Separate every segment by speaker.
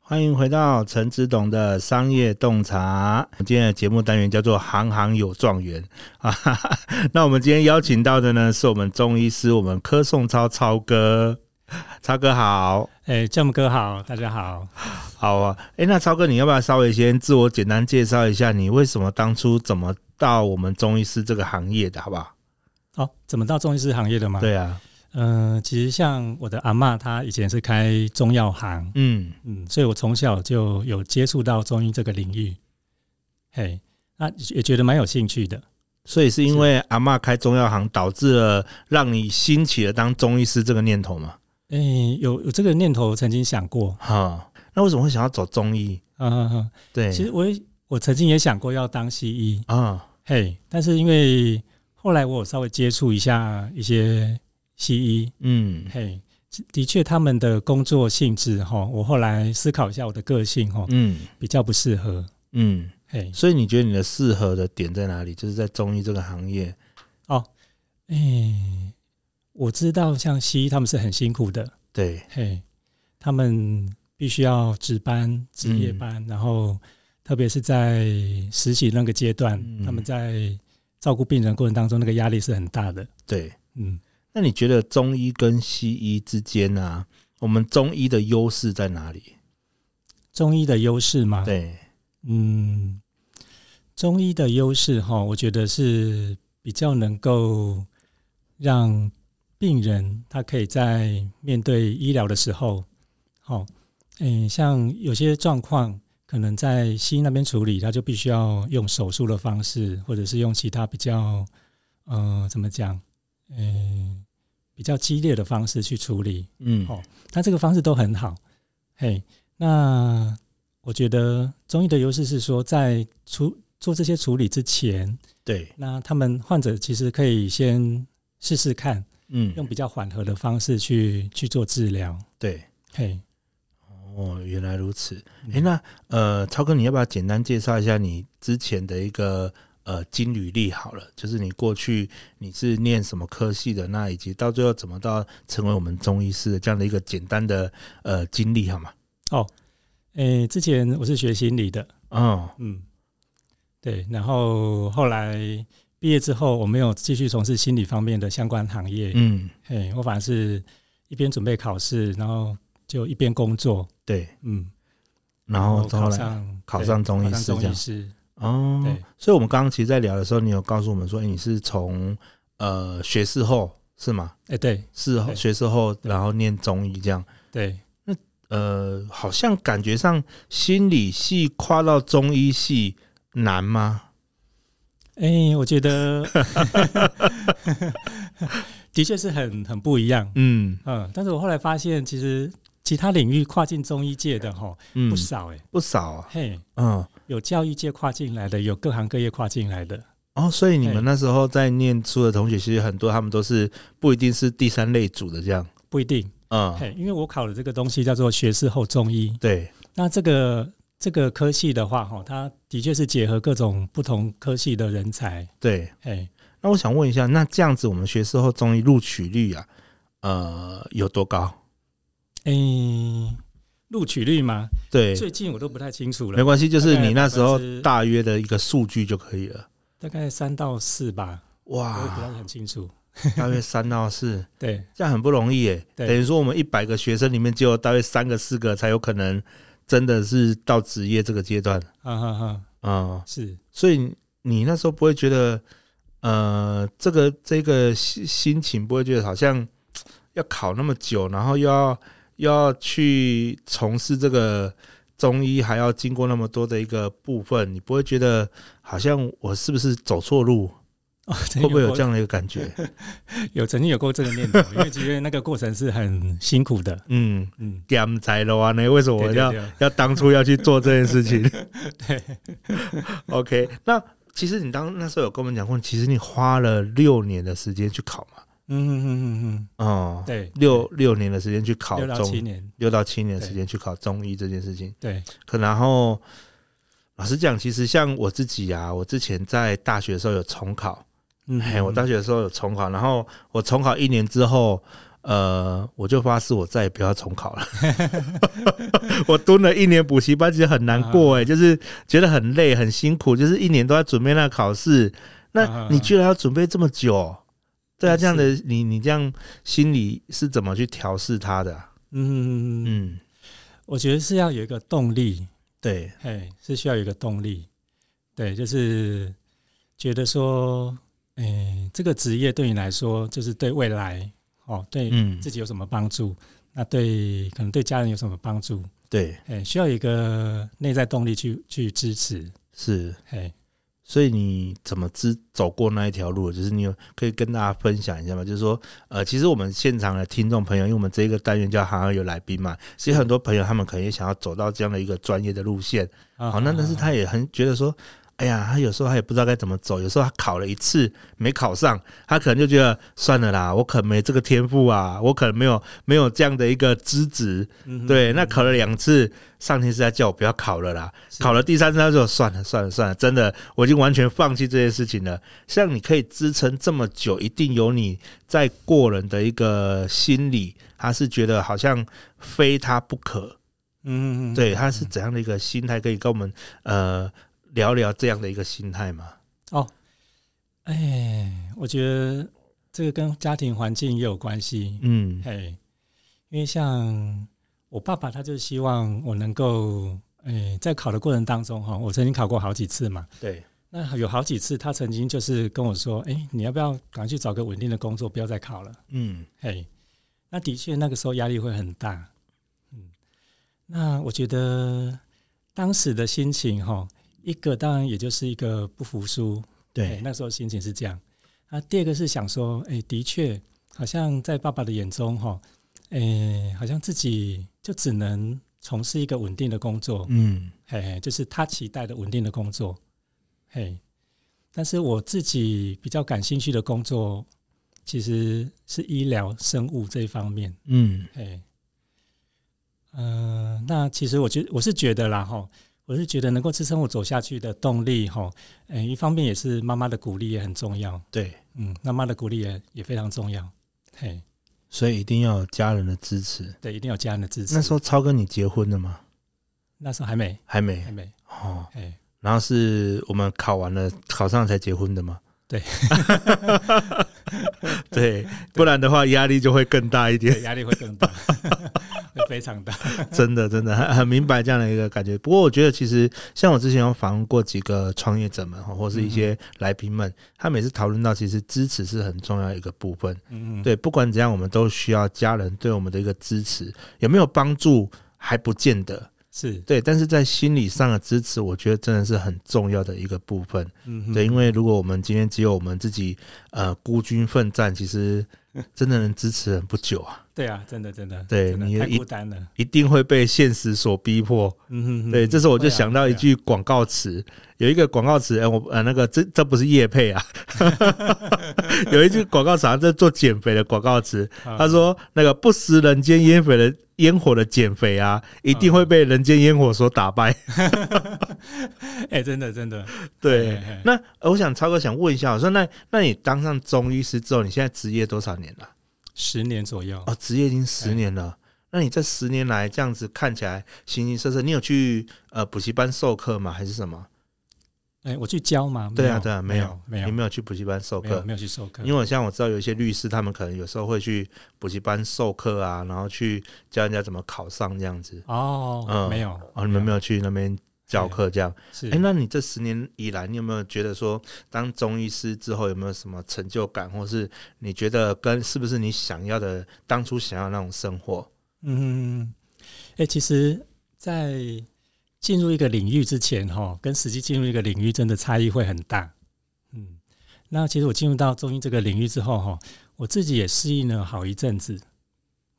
Speaker 1: 欢迎回到陈志董的商业洞察。我们今天的节目单元叫做“行行有状元”啊。 哈哈那我们今天邀请到的呢，是我们中医师，我们柯颂超超哥，超哥好，
Speaker 2: 哎，Jam 哥好，大家好。
Speaker 1: 好啊。哎，那超哥，你要不要稍微先自我简单介绍一下，你为什么当初怎么到我们中医师这个行业的，好不好？
Speaker 2: 哦，怎么到中医师行业的吗？，
Speaker 1: 对啊，
Speaker 2: 嗯、其实像我的阿嬷，她以前是开中药行，
Speaker 1: 嗯
Speaker 2: 嗯，所以我从小就有接触到中医这个领域，嘿，那也觉得蛮有兴趣的。
Speaker 1: 所以是因为阿嬷开中药行，导致了让你兴起了当中医师这个念头嘛？
Speaker 2: 哎，有有这个念头，曾经想过，
Speaker 1: 哈、那为什么会想要走中医？
Speaker 2: 嗯、嗯
Speaker 1: 对，
Speaker 2: 嗯其实我也我曾经也想过要当西医，
Speaker 1: 啊，
Speaker 2: 嘿，但是因为后来我有稍微接触一下一些西医，
Speaker 1: 嗯
Speaker 2: 嘿，的确，他们的工作性质哈，我后来思考一下我的个性哈，
Speaker 1: 嗯
Speaker 2: 比较不适合。
Speaker 1: 嗯，
Speaker 2: 嘿，
Speaker 1: 所以你觉得你的适合的点在哪里？就是在中医这个行业，
Speaker 2: 哎、我知道像西医他们是很辛苦的，
Speaker 1: 对，
Speaker 2: 嘿，他们必须要值班、值夜班，然后特别是在实习那个阶段，
Speaker 1: 嗯
Speaker 2: 他们在照顾病人过程当中，那个压力是很大的。
Speaker 1: 对。
Speaker 2: 嗯，
Speaker 1: 那你觉得中医跟西医之间啊，我们中医的优势在哪里？
Speaker 2: 中医的优势嘛，
Speaker 1: 对，
Speaker 2: 嗯，中医的优势哈，我觉得是比较能够让病人他可以在面对医疗的时候，好，嗯，像有些状况可能在西医那边处理，他就必须要用手术的方式，或者是用其他比较，呃，怎么讲，嗯，比较激烈的方式去处理。
Speaker 1: 嗯，
Speaker 2: 好但这个方式都很好。嘿，那我觉得中医的优势是说，在处做这些处理之前，
Speaker 1: 对，
Speaker 2: 那他们患者其实可以先试试看，
Speaker 1: 嗯，
Speaker 2: 用比较缓和的方式去去做治疗。
Speaker 1: 对。
Speaker 2: 嘿，
Speaker 1: 哦，原来如此。
Speaker 2: 嗯
Speaker 1: 诶，那呃，超哥，你要不要简单介绍一下你之前的一个呃金履历好了？就是你过去你是念什么科系的，那以及到最后怎么到成为我们中医师的这样的一个简单的呃经历好吗？
Speaker 2: 诶，之前我是学心理的，
Speaker 1: 哦，
Speaker 2: 嗯，对，然后后来毕业之后，我没有继续从事心理方面的相关行业。
Speaker 1: 嗯，
Speaker 2: 嘿，我反而是一边准备考试，然后就一边工作。
Speaker 1: 对，
Speaker 2: 嗯。
Speaker 1: 然后
Speaker 2: 哦考
Speaker 1: 后来
Speaker 2: 上
Speaker 1: 考
Speaker 2: 对
Speaker 1: 上中医
Speaker 2: 考
Speaker 1: 师
Speaker 2: 中
Speaker 1: 这样
Speaker 2: 医师，
Speaker 1: 哦
Speaker 2: 对，
Speaker 1: 所以我们刚刚其实，在聊的时候，你有告诉我们说，诶你是从呃学士后是吗？
Speaker 2: 哎，对
Speaker 1: 是后
Speaker 2: 对
Speaker 1: 学士后，然后念中医这样。
Speaker 2: 对，
Speaker 1: 呃，好像感觉上心理系跨到中医系难吗？
Speaker 2: 哎，我 觉得的确是很很不一样，
Speaker 1: 嗯
Speaker 2: 嗯，但是我后来发现，其实其他领域跨进中医界的哈
Speaker 1: 嗯，
Speaker 2: 不少哎，
Speaker 1: 不少啊，
Speaker 2: 嘿，
Speaker 1: 嗯
Speaker 2: 有教育界跨进来的，有各行各业跨进来的，
Speaker 1: 哦，所以你
Speaker 2: 对
Speaker 1: 们那时候在念书的同学，其实很多他们都是不一定是第三类组的这样，
Speaker 2: 不一定，
Speaker 1: 嗯，
Speaker 2: 嘿，因为我考的这个东西叫做学士后中医，
Speaker 1: 对，
Speaker 2: 那这个。这个科系的话，哈，它的确是结合各种不同科系的人才，
Speaker 1: 对，
Speaker 2: 哎，
Speaker 1: 那我想问一下，那这样子我们学士后中医录取率啊，呃，有多高？
Speaker 2: 诶，哎录取率嘛，
Speaker 1: 对，
Speaker 2: 最近我都不太清楚
Speaker 1: 没
Speaker 2: 了，
Speaker 1: 关系，就是
Speaker 2: 大概
Speaker 1: 你那时候
Speaker 2: 百分之
Speaker 1: 大约的一个数据就可以了。
Speaker 2: 大概三到四吧，我也不太
Speaker 1: 哇，
Speaker 2: 很清楚。
Speaker 1: 大约三到四，
Speaker 2: 对
Speaker 1: 这样很不容易耶。
Speaker 2: 对
Speaker 1: 等于说我们一百个学生里面，只有大约三个、四个才有可能真的是到职业这个阶段
Speaker 2: 啊哈哈，
Speaker 1: 啊、嗯
Speaker 2: 是
Speaker 1: 所以你那时候不会觉得，呃，这个这个心心情不会觉得好像要考那么久，然后又要又要去从事这个中医，还要经过那么多的一个部分，你不会觉得好像我是不是走错路？
Speaker 2: 哦，
Speaker 1: 会不会有
Speaker 2: 过
Speaker 1: 这样的一个感觉？
Speaker 2: 有曾经有过这个念头，因为其实那个过程是很辛苦的。
Speaker 1: 嗯，
Speaker 2: 嗯，
Speaker 1: 点才了啊，那为什么我
Speaker 2: 对
Speaker 1: 要
Speaker 2: 对嗯
Speaker 1: 要当初要去做这件事情。
Speaker 2: 对对，
Speaker 1: OK，那其实你当那时候有跟我们讲过，其实你花了六年的时间去考嘛，
Speaker 2: 嗯嗯嗯
Speaker 1: 哦
Speaker 2: 嗯，，对，
Speaker 1: 六六年的时间去考
Speaker 2: 六到
Speaker 1: 中
Speaker 2: 七年，
Speaker 1: 六到七年的时间去考中医这件事情，
Speaker 2: 对，
Speaker 1: 可然后老实讲，其实像我自己啊，我之前在大学的时候有重考，
Speaker 2: 嗯
Speaker 1: 哎嘿，我大
Speaker 2: 时
Speaker 1: 学的时候有重考，然后我重考一年之后，呃，我就发誓我再也不要重考了。 我蹲了一年补习班，其实很难
Speaker 2: 啊
Speaker 1: 过哎、就是觉得很累、很辛苦，就是一年都在准备那个考试。那
Speaker 2: 啊
Speaker 1: 你居然要准备这么久？对啊，
Speaker 2: 也
Speaker 1: 这样的你，你这样心里是怎么去调试它的啊、
Speaker 2: 嗯，
Speaker 1: 嗯，
Speaker 2: 我觉得是要有一个动力，
Speaker 1: 对，
Speaker 2: 嘿，是需要有一个动力。对，就是觉得说，哎、这个职业对你来说，就是对未来哦，对
Speaker 1: 嗯，
Speaker 2: 自己有什么帮助？那对可能对家人有什么帮助？
Speaker 1: 对，
Speaker 2: 哎，需要有一个内在动力去去支持。
Speaker 1: 是。
Speaker 2: 哎，
Speaker 1: 所以你怎么知走过那一条路？就是你有可以跟大家分享一下吗？就是说，呃，其实我们现场的听众朋友，因为我们这一个单元叫“行行有来宾”嘛，其实很多朋友他们可能也想要走到这样的一个专业的路线。
Speaker 2: 好
Speaker 1: 好，那但是他也很觉得说，哎呀，他有时候他也不知道该怎么走，有时候他考了一次没考上，他可能就觉得算了啦，我可能没这个天赋啊，我可能没有没有这样的一个资质。
Speaker 2: 嗯
Speaker 1: 对，那考了两次，上天是在叫我不要考了啦。考了第三次，他就算了算了算了，真的，我已经完全放弃这件事情了。像你可以支撑这么久，一定有你在过人的一个心理，他是觉得好像非他不可。
Speaker 2: 嗯，嗯嗯，
Speaker 1: 对，他是怎样的一个心态？可以跟我们呃聊聊这样的一个心态吗？
Speaker 2: 哎，我觉得这个跟家庭环境也有关系。
Speaker 1: 嗯
Speaker 2: 哎，因为像我爸爸，他就希望我能够，哎，在考的过程当中哈，我曾经考过好几次嘛。
Speaker 1: 对，
Speaker 2: 那有好几次，他曾经就是跟我说，哎，你要不要赶快去找个稳定的工作，不要再考了。
Speaker 1: 嗯
Speaker 2: 嘿，那的确那个时候压力会很大。嗯，那我觉得当时的心情哈，一个当然也就是一个不服输，嘿
Speaker 1: 对，
Speaker 2: 哎那时候心情是这样。啊，第二个是想说，哎、的确好像在爸爸的眼中哈，哎、好像自己就只能从事一个稳定的工作，
Speaker 1: 嗯
Speaker 2: 嘿嘿，就是他期待的稳定的工作，嘿。但是我自己比较感兴趣的工作，其实是医疗生物这一方面，
Speaker 1: 嗯
Speaker 2: 嘿。嗯、那其实我觉我是觉得啦，哈，我是觉得能够支撑我走下去的动力，哈，诶，一方面也是妈妈的鼓励也很重要，
Speaker 1: 对，
Speaker 2: 嗯，那妈的鼓励也也非常重要，嘿，
Speaker 1: 所以一定要有家人的支持。
Speaker 2: 对，一定要有家人的支持。
Speaker 1: 那时候超哥你结婚了吗？
Speaker 2: 那时候还没
Speaker 1: 还没
Speaker 2: 还没，
Speaker 1: 哦，
Speaker 2: 嘿，
Speaker 1: 然后是我们考完了，考上才结婚的吗？
Speaker 2: 对，
Speaker 1: 对，不然的话压力就会更大一点。
Speaker 2: 对压力会更大， 会非常大，
Speaker 1: 真的，真的很很明白这样的一个感觉。不过我觉得，其实像我之前有访问过几个创业者们，或是一
Speaker 2: 嗯
Speaker 1: 些来宾们，他们也是讨论到，其实支持是很重要的一个部分。
Speaker 2: 嗯，嗯，
Speaker 1: 对，不管怎样，我们都需要家人对我们的一个支持，有没有帮助还不见得。
Speaker 2: 是，
Speaker 1: 对，但是在心理上的支持，我觉得真的是很重要的一个部分。
Speaker 2: 嗯哼
Speaker 1: 对，因为如果我们今天只有我们自己，呃，孤军奋战，其 实真的能支持很不久啊，
Speaker 2: 对啊，真的真的，
Speaker 1: 对
Speaker 2: 真的
Speaker 1: 你也
Speaker 2: 太
Speaker 1: 一
Speaker 2: 孤单了，
Speaker 1: 一定会被现实所逼迫。
Speaker 2: 嗯哼哼
Speaker 1: 对，这时候我就想到一，
Speaker 2: 会啊
Speaker 1: 句广告词，有一个广告词，呃，我呃那个这这不是叶配啊， 有一句广告词好像在做减肥的广告词，
Speaker 2: 会啊
Speaker 1: 他说那个不食人间烟火的烟火的减肥啊，一定会被人间烟火所打败。
Speaker 2: 啊哎，真的真的，
Speaker 1: 对
Speaker 2: 嘿嘿，
Speaker 1: 那呃我想超哥想问一下，我说那那你当上中医师之后，你现在职业多少年了？
Speaker 2: 十年左右，
Speaker 1: 哦，职业已经十年了。那你这十年来这样子看起来形形色色，你有去呃补习班授课吗？还是什么？
Speaker 2: 哎，我去教嘛，
Speaker 1: 对啊
Speaker 2: 没有
Speaker 1: 对啊没
Speaker 2: 没
Speaker 1: 有
Speaker 2: 没
Speaker 1: 你
Speaker 2: 有，
Speaker 1: 没有去补习班授
Speaker 2: 没有
Speaker 1: 课？
Speaker 2: 没有去授课，
Speaker 1: 因为我像我知道有一些律师，他们可能有时候会去补习班授课啊，然后去教人家怎么考上这样子。
Speaker 2: 哦
Speaker 1: 嗯，
Speaker 2: 没有，
Speaker 1: 哦，你们没有去那边教课这样？
Speaker 2: 是，
Speaker 1: 哎、那你这十年以来，你有没有觉得说，当中医师之后有没有什么成就感，或是你觉得跟是不是你想要的当初想要那种生活？
Speaker 2: 嗯，哎，其实，在进入一个领域之前，哈，跟实际进入一个领域真的差异会很大，嗯。那其实我进入到中医这个领域之后，哈，我自己也适应了好一阵子，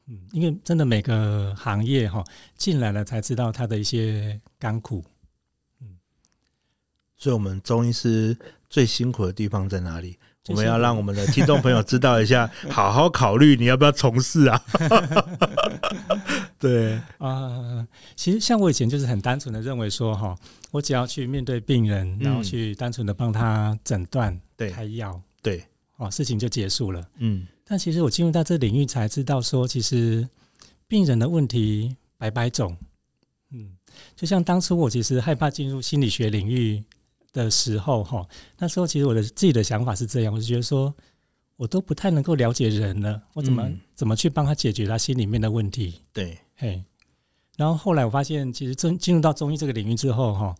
Speaker 2: 嗯，因为真的每个行业哈进来了才知道它的一些甘苦，
Speaker 1: 所以，我们中医师最辛苦的地方在哪里？我
Speaker 2: 最辛苦
Speaker 1: 们要让我们的听众朋友知道一下，好好考虑你要不要从事啊？ 对，
Speaker 2: 啊、其实像我以前就是很单纯的认为说哈，我只要去面对病人，然后
Speaker 1: 嗯
Speaker 2: 去单纯的帮他诊断、
Speaker 1: 对
Speaker 2: 开药，
Speaker 1: 对，
Speaker 2: 哦，事情就结束了。
Speaker 1: 嗯，
Speaker 2: 但其实我进入到这领域才知道说，其实病人的问题百百种。嗯，就像当初我其实害怕进入心理学领域的时候，哈，那时候其实我的自己的想法是这样，我就觉得说，我都不太能够了解人了，我怎么、
Speaker 1: 嗯
Speaker 2: 怎么去帮他解决他心里面的问题？
Speaker 1: 对，
Speaker 2: 嘿，然后后来我发现，其实真进入到中医这个领域之后，哈，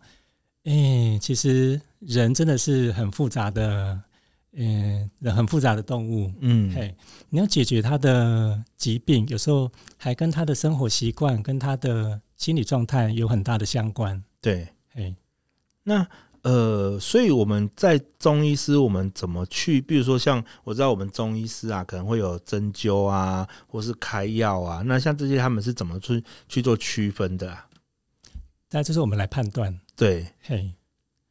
Speaker 2: 哎、其实人真的是很复杂的，嗯、人很复杂的动物，
Speaker 1: 嗯，
Speaker 2: 嘿，你要解决他的疾病，有时候还跟他的生活习惯、跟他的心理状态有很大的相关。
Speaker 1: 对。
Speaker 2: 嘿，
Speaker 1: 那呃，所以我们在中医师，我们怎么去？比如说像我知道我们中医师啊，可能会有针灸啊，或是开药啊。那像这些他们是怎么去去做区分的、啊？
Speaker 2: 那就是我们来判断，
Speaker 1: 对，
Speaker 2: 嘿，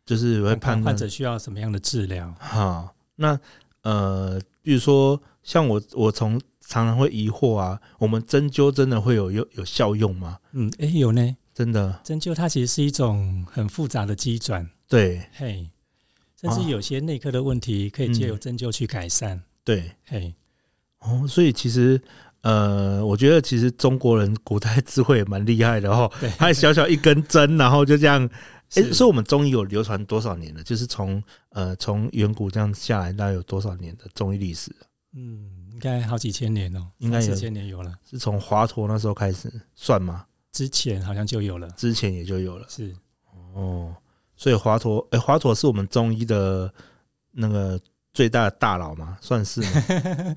Speaker 1: 就是会哦判
Speaker 2: 患
Speaker 1: 断
Speaker 2: 者需要什么样的治疗。
Speaker 1: 哈。那呃，比如说像我，我从常常会疑惑啊，我们针灸真的会有有有效用吗？
Speaker 2: 嗯，哎、有呢，
Speaker 1: 真的？
Speaker 2: 针灸它其实是一种很复杂的机转，
Speaker 1: 对
Speaker 2: 嘿，甚至
Speaker 1: 啊嗯
Speaker 2: 有些内科的问题可以借由针灸去改善，
Speaker 1: 对，
Speaker 2: 嘿，
Speaker 1: 哦，所以其实。呃，我觉得其实中国人古代智慧也蛮厉害的哦
Speaker 2: 对，
Speaker 1: 他小小一根针，然后就这 样，哎、
Speaker 2: 是
Speaker 1: 所以我们中医有流传多少年了？就是从呃从远古这样下来，大概有多少年的中医历史？
Speaker 2: 嗯，应该好几千年哦，
Speaker 1: 应该有
Speaker 2: 几千年有了，
Speaker 1: 是从华佗那时候开始算吗？
Speaker 2: 之前好像就有了，
Speaker 1: 之前也就有了
Speaker 2: 是
Speaker 1: 哦。所以华佗，哎、华佗是我们中医的那个最大的大佬吗？算是吗？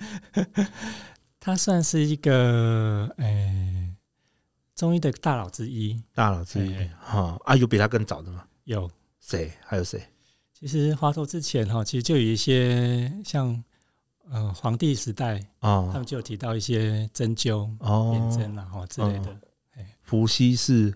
Speaker 2: 他算是一个诶、中医的大佬之一。
Speaker 1: 大佬 之一
Speaker 2: 哎
Speaker 1: 哈、啊，有比他更早的吗？
Speaker 2: 有，
Speaker 1: 谁？还有谁？
Speaker 2: 其实华佗之前哈，其实就有一些像呃皇帝时代，他
Speaker 1: 哦
Speaker 2: 们就有提到一些针灸、辨
Speaker 1: 哦，
Speaker 2: 针啊哈之类的。
Speaker 1: 伏羲氏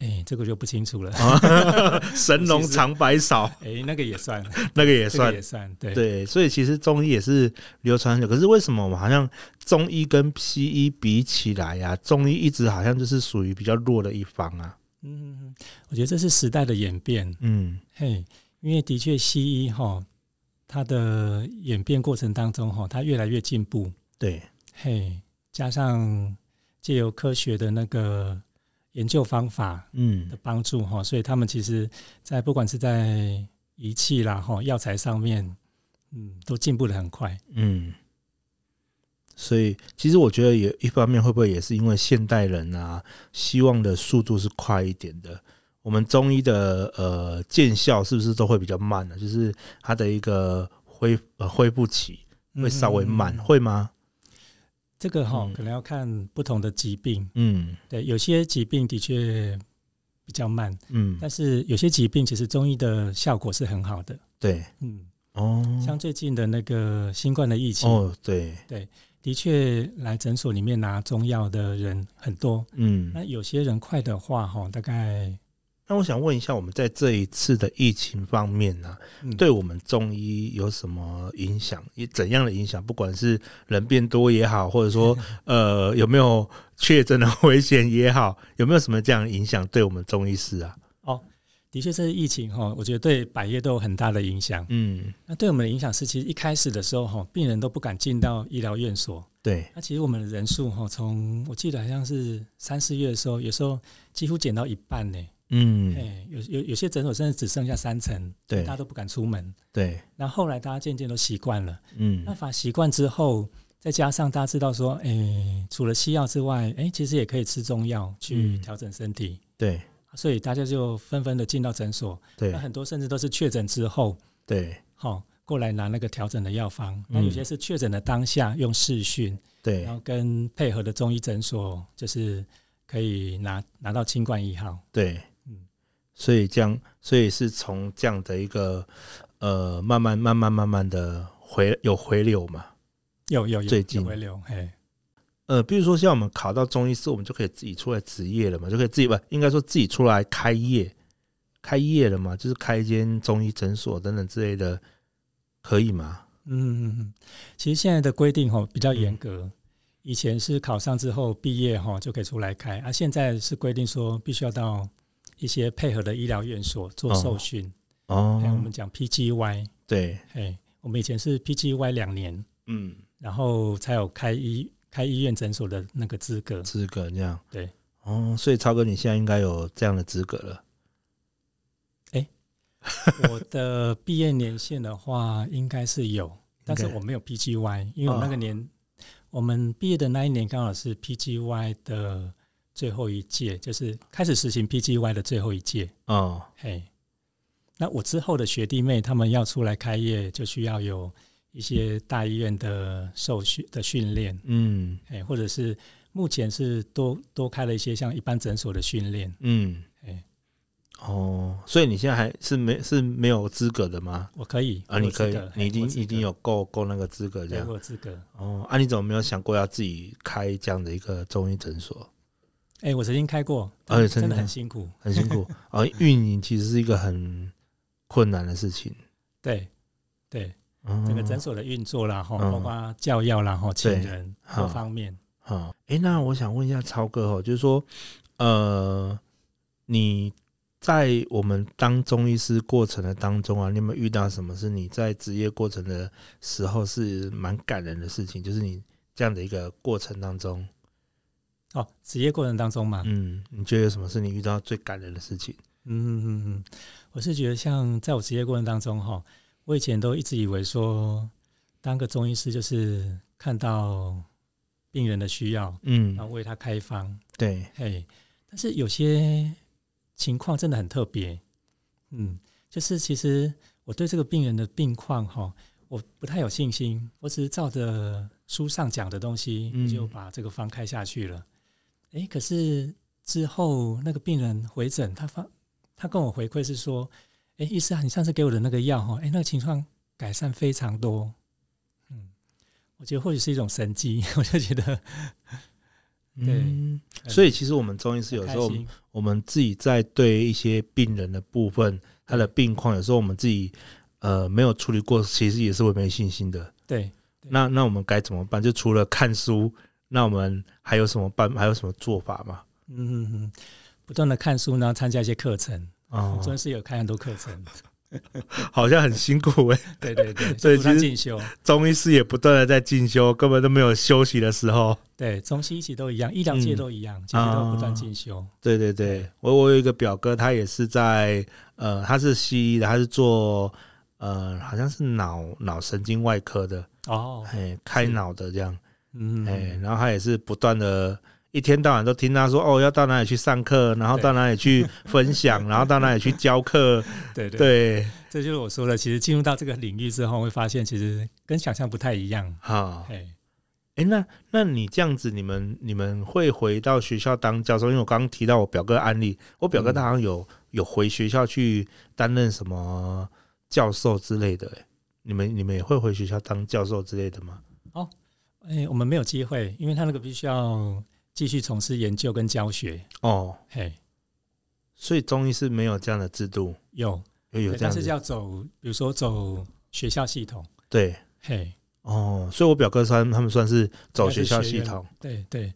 Speaker 2: 哎、这个就不清楚了。
Speaker 1: 啊， 神农尝百草，
Speaker 2: 哎、那个也算，
Speaker 1: 那个也
Speaker 2: 这个
Speaker 1: 算
Speaker 2: 也算，对
Speaker 1: 对，所以其实中医也是流传很久。可是为什么我们好像中医跟西医比起来呀、中医一直好像就是属于比较弱的一方啊？
Speaker 2: 嗯，我觉得这是时代的演变。
Speaker 1: 嗯，
Speaker 2: 嘿，因为的确西医哈，它的演变过程当中哈，它越来越进步。
Speaker 1: 对，
Speaker 2: 嘿，加上借由科学的那个研究方法
Speaker 1: 嗯
Speaker 2: 的帮助哈，所以他们其实在不管是在仪器啦哈、药材上面，嗯，都进步的很快。
Speaker 1: 嗯。所以其实我觉得也一方面会不会也是因为现代人啊，希望的速度是快一点的。我们中医的呃见效是不是都会比较慢呢、就是它的一个恢呃恢复期会稍微慢，
Speaker 2: 嗯
Speaker 1: 会吗？
Speaker 2: 这个哈、
Speaker 1: 嗯
Speaker 2: 可能要看不同的疾病，
Speaker 1: 嗯
Speaker 2: 对，有些疾病的确比较慢，
Speaker 1: 嗯，
Speaker 2: 但是有些疾病其实中医的效果是很好的。
Speaker 1: 对，
Speaker 2: 嗯，
Speaker 1: 哦，
Speaker 2: 像最近的那个新冠的疫情，
Speaker 1: 哦，对，
Speaker 2: 的确来诊所里面拿中药的人很多，
Speaker 1: 嗯，
Speaker 2: 那有些人快的话，哈，大概
Speaker 1: 那我想问一下，我们在这一次的疫情方面呢、
Speaker 2: 嗯
Speaker 1: 对我们中医有什么影响？也怎样的影响？不管是人变多也好，或者 说呃有没有确诊的危险也好，有没有什么这样的影响对我们中医师啊？
Speaker 2: 的确这疫情哈，我觉得对百业都有很大的影响。
Speaker 1: 嗯，
Speaker 2: 那对我们的影响是，其实一开始的时候哈，病人都不敢进到医疗院所。
Speaker 1: 对，
Speaker 2: 那其实我们的人数哈，从我记得好像是三四月的时候，有时候几乎减到一半呢。哎、
Speaker 1: 嗯，
Speaker 2: 有有有些诊所甚至只剩下三层，
Speaker 1: 对
Speaker 2: 大，家都不敢出门。
Speaker 1: 对，
Speaker 2: 那后来大家渐渐都习惯了。那
Speaker 1: 嗯，
Speaker 2: 法习惯之后，再加上大家知道说，哎、除了西药之外，哎、其实也可以吃中药去
Speaker 1: 嗯
Speaker 2: 调整身体。啊
Speaker 1: 对，
Speaker 2: 所以大家就纷纷的进到诊所，那
Speaker 1: 对，
Speaker 2: 很多甚至都是确诊之后，
Speaker 1: 对，
Speaker 2: 哈、过来拿那个调整的药方。那有些是确诊的当下用视讯，然
Speaker 1: 嗯对，
Speaker 2: 后跟配合的中医诊所，就是可以拿拿到清冠一号。
Speaker 1: 对
Speaker 2: 嗯，
Speaker 1: 所以这样，所以是从这样的一个呃，慢慢、慢慢、慢慢的回有回流嘛？
Speaker 2: 有有有，
Speaker 1: 最近
Speaker 2: 有回流，嘿，
Speaker 1: 呃，比如说像我们考到中医师，我们就可以自己出来执业了嘛，就可以自己不应该说自己出来开业，开业了嘛，就是开一间中医诊所等等之类的，可以吗？
Speaker 2: 嗯嗯，嗯其实现在的规定哦比较严格。以前是考上之后毕业哈就可以出来开，啊，现在是规定说必须要到一些配合的医疗院所做
Speaker 1: 哦
Speaker 2: 受训，哎
Speaker 1: 哦
Speaker 2: 还有我们讲 PGY，
Speaker 1: 对，
Speaker 2: 哎，我们以前是 PGY 两年，
Speaker 1: 嗯，
Speaker 2: 然后才有开医开医院诊所的那个资格。
Speaker 1: 资格这样。
Speaker 2: 对，
Speaker 1: 哦，所以超哥你现在应该有这样的资格了。
Speaker 2: 我的毕业年限的话，应该是有，但是我没有 PGY，因为我那个
Speaker 1: 哦
Speaker 2: 年、我们毕业的那一年刚好是 PGY 的最后一届，就是开始实行 PGY 的最后一届。
Speaker 1: 哦，
Speaker 2: 嘿，那我之后的学弟妹他们要出来开业，就需要有一些大医院的受训的训练，
Speaker 1: 嗯
Speaker 2: 哎，或者是目前是多多开了一些像一般诊所的训练，
Speaker 1: 嗯，
Speaker 2: 哎，
Speaker 1: 哦，所以你现在还是没是没有资格的吗？
Speaker 2: 我可以
Speaker 1: 啊，你可以
Speaker 2: 我有资格，
Speaker 1: 你已经已经
Speaker 2: 有
Speaker 1: 有够够那个资格这
Speaker 2: 对
Speaker 1: 样
Speaker 2: 我。有资格。
Speaker 1: 哦，啊，你怎么没有想过要自己开这样的一个中医诊所？
Speaker 2: 哎、我哦曾经开过，
Speaker 1: 哎真的
Speaker 2: 但真的很
Speaker 1: 吗
Speaker 2: 辛苦。
Speaker 1: 很辛 苦啊，运营其实是一个很困难的事情。
Speaker 2: 对，对，
Speaker 1: 哦、
Speaker 2: 整个诊所的运作啦，哈、
Speaker 1: 嗯
Speaker 2: 包括教药啦，哈，请
Speaker 1: 对
Speaker 2: 人各
Speaker 1: 好
Speaker 2: 方面。
Speaker 1: 好，哎、那我想问一下超哥哦，就是说，呃，你在我们当中医师过程的当中啊，你有没有遇到什么是你在职业过程的时候是蛮感人的事情？就是你这样的一个过程当中，
Speaker 2: 哦，职业过程当中嘛，嗯
Speaker 1: 嗯，你觉得有什么是你遇到最感人的事情？
Speaker 2: 嗯嗯嗯，我是觉得像在我职业过程当中哈，我以前都一直以为说，当个中医师就是看到病人的需要，
Speaker 1: 嗯
Speaker 2: 然，后为他开方，
Speaker 1: 对，
Speaker 2: 嘿，但是有些情况真的很特别，嗯，就是其实我对这个病人的病况哈，我不太有信心，我只是照着书上讲的东西，
Speaker 1: 嗯
Speaker 2: 我就把这个方开下去了。诶，可是之后那个病人回诊，他发他跟我回馈是说，诶，医师啊，你上次给我的那个药哈，诶，那个情况改善非常多，嗯，我觉得或许是一种神机， 我就觉得对
Speaker 1: 嗯
Speaker 2: 很
Speaker 1: 所以其实我们中医师有时候我
Speaker 2: 很开
Speaker 1: 们
Speaker 2: 心
Speaker 1: 我们自己在对一些病人的部分，他的病况，有时候我们自己呃没有处理过，其实也是会没信心的。
Speaker 2: 对。对
Speaker 1: 那那我们该怎么办？就除了看书，那我们还有什么办？还有什么做法吗？
Speaker 2: 嗯，嗯嗯，不断的看书，然后参加一些课程，
Speaker 1: 哦，
Speaker 2: 真是有开很多课 程。
Speaker 1: 好像很辛苦哎、
Speaker 2: 对对对，
Speaker 1: 对
Speaker 2: 就不断
Speaker 1: 其实
Speaker 2: 进修，
Speaker 1: 中医师也不断的在进修，根本都没有休息的时候。
Speaker 2: 对中西医其实都一样，医疗界
Speaker 1: 嗯
Speaker 2: 都一样，其实都不断进修。
Speaker 1: 对对对，我我有一个表哥，他也是在呃，他是西医的，他是做呃，好像是脑脑神经外科的，
Speaker 2: 哦，
Speaker 1: 哎，开
Speaker 2: 是
Speaker 1: 脑的这样。
Speaker 2: 嗯，
Speaker 1: 哎、然后他也是不断的，一天到晚都听他说哦，要到哪里去上课，然后到哪里去分 享，然后到哪里去教课，
Speaker 2: 对对，
Speaker 1: 对，
Speaker 2: 这就是我说的，其实进入到这个领域之后，会发现其实跟想象不太一样。
Speaker 1: 好，
Speaker 2: 哎，
Speaker 1: 哎、那那你这样子，你们你们会回到学校当教授？因为我刚刚提到我表哥案例，我表哥他好像有、有回学校去担任什么教授之类的、哎，你们你们也会回学校当教授之类的吗？
Speaker 2: 哎，我们没有机会，因为他那个必须要继续从事研究跟教学。
Speaker 1: 哦，
Speaker 2: 嘿，
Speaker 1: 所以中医是没有这样的制度，
Speaker 2: 有，
Speaker 1: 有有
Speaker 2: 对
Speaker 1: 这样
Speaker 2: 但是
Speaker 1: 子，
Speaker 2: 要走，比如说走学校系统。
Speaker 1: 对。
Speaker 2: 嘿，
Speaker 1: 哦，所以我表哥算他们算是走学校系统
Speaker 2: 对对，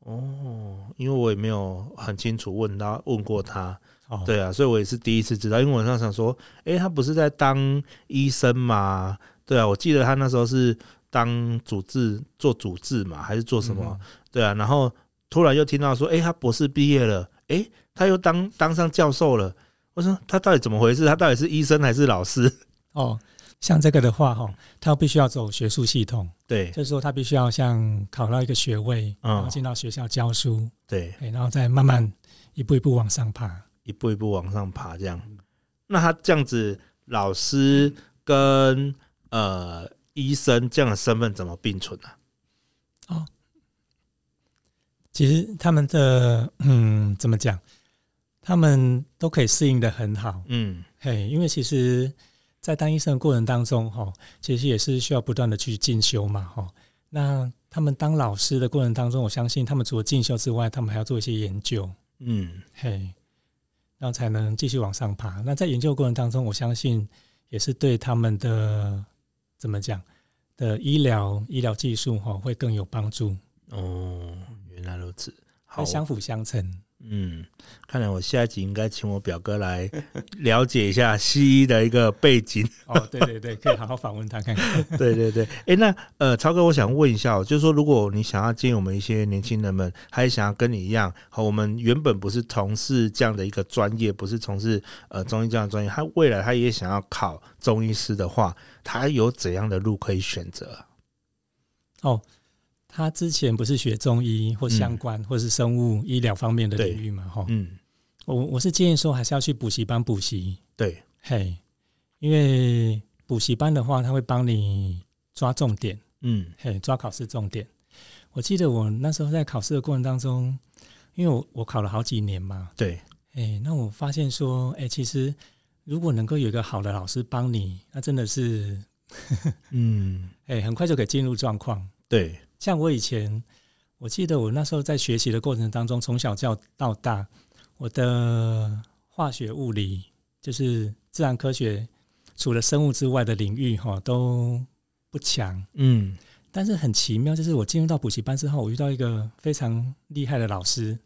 Speaker 1: 哦，因为我也没有很清楚问他问过他，
Speaker 2: 哦，
Speaker 1: 对啊，所以我也是第一次知道，因为我那时候想说，诶、他不是在当医生嘛？对啊，我记得他那时候是当主治做主治嘛，还是做什么？
Speaker 2: 嗯？
Speaker 1: 对啊，然后突然又听到说，诶，他博士毕业了，诶，他又当当上教授了。我说他到底怎么回事？他到底是医生还是老师？
Speaker 2: 哦，像这个的话，哈，他必须要走学术系统，
Speaker 1: 对
Speaker 2: 就是说他必须要像考到一个学位，
Speaker 1: 嗯
Speaker 2: 然后进到学校教书，
Speaker 1: 对，
Speaker 2: 哎，然后再慢慢一步一步往上爬。
Speaker 1: 一步一步往上爬这样。
Speaker 2: 嗯
Speaker 1: 那他这样子，老师跟呃医生这样的身份怎么并存呢、啊？
Speaker 2: 其实他们的嗯，怎么讲？他们都可以适应的很好，
Speaker 1: 嗯，
Speaker 2: 嘿，因为其实，在当医生的过程当中，哈，其实也是需要不断的去进修嘛，哈。那他们当老师的过程当中，我相信他们除了进修之外，他们还要做一些研究，
Speaker 1: 嗯，
Speaker 2: 嘿，然后才能继续往上爬。那在研究过程当中，我相信也是对他们的怎么讲的医疗医疗技术哈、会更有帮助，
Speaker 1: 哦，原来如此。好
Speaker 2: 会，相辅相成。
Speaker 1: 嗯，看来我下一集应该请我表哥来了解一下西医的一个背 景。
Speaker 2: 哦，对对对，可以好好访问他看看。
Speaker 1: 对对对，哎，那呃，超哥，我想问一下哦，就是说，如果你想要建议我们一些年轻人们，还想要跟你一样，好，我们原本不是从事这样的一个专业，不是从事呃中医这样的专业，他未来他也想要考中医师的话，他有怎样的路可以选择啊？
Speaker 2: 哦，他之前不是学中医或相
Speaker 1: 嗯
Speaker 2: 关、或是生物医疗方面的领
Speaker 1: 对
Speaker 2: 域嘛？哈、
Speaker 1: 嗯，
Speaker 2: 我我是建议说还是要去补习班补习，
Speaker 1: 对，
Speaker 2: 嘿，因为补习班的话，他会帮你抓重点，
Speaker 1: 嗯
Speaker 2: 嘿，抓考试重点。我记得我那时候在考试的过程当中，因为我我考了好几年嘛，
Speaker 1: 对，
Speaker 2: 哎，那我发现说，哎，其实如果能够有一个好的老师帮你，那真的是，
Speaker 1: 嗯
Speaker 2: 哎，很快就可以进入状况。
Speaker 1: 对，
Speaker 2: 像我以前，我记得我那时候在学习的过程当中，从小教到大，我的化学、物理，就是自然科学，除了生物之外的领域哈，都不强。
Speaker 1: 嗯
Speaker 2: 但是很奇妙，就是我进入到补习班之后，我遇到一个非常厉害的老师，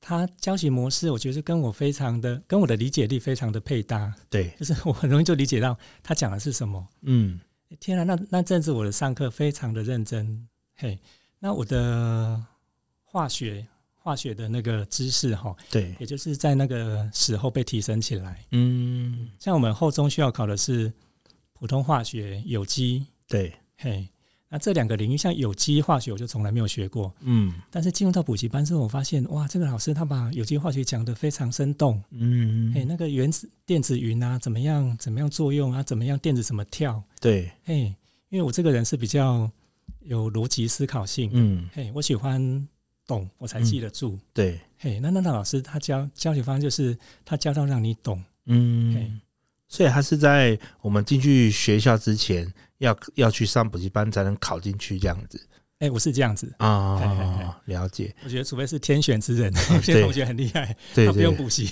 Speaker 2: 他教学模式我觉得是跟我非常的，跟我的理解力非常的配搭，
Speaker 1: 对，
Speaker 2: 就是我很容易就理解到他讲的是什么。
Speaker 1: 嗯
Speaker 2: 天啊，那那阵子我的上课非常的认真，嘿，那我的化学化学的那个知识哈，
Speaker 1: 对，
Speaker 2: 也就是在那个时候被提升起来。
Speaker 1: 嗯
Speaker 2: 像我们后中需要考的是普通化学、有机，
Speaker 1: 对，
Speaker 2: 嘿，那这两个领域，像有机化学我就从来没有学过，
Speaker 1: 嗯
Speaker 2: 但是进入到补习班之后，我发现哇，这个老师他把有机化学讲得非常生动，
Speaker 1: 嗯
Speaker 2: 嘿，那个原子电子云啊，怎么样怎么样作用啊，怎么样电子怎么跳，
Speaker 1: 对，
Speaker 2: 嘿，因为我这个人是比较有逻辑思考性，
Speaker 1: 嗯
Speaker 2: 嘿，我喜欢懂，我才记得住。
Speaker 1: 对，
Speaker 2: 嘿，那那那老师他教教学方式就是他教到让你懂，嘿
Speaker 1: 嗯，所以他是在我们进去学校之前，要要去上补习班才能考进去这样子
Speaker 2: 哎、我是这样子。
Speaker 1: 啊、
Speaker 2: 嘿嘿嘿
Speaker 1: 了解，
Speaker 2: 我觉得除非是天选之人， 有些同学很厉害，
Speaker 1: 哦对
Speaker 2: 他不用
Speaker 1: 对
Speaker 2: 补习。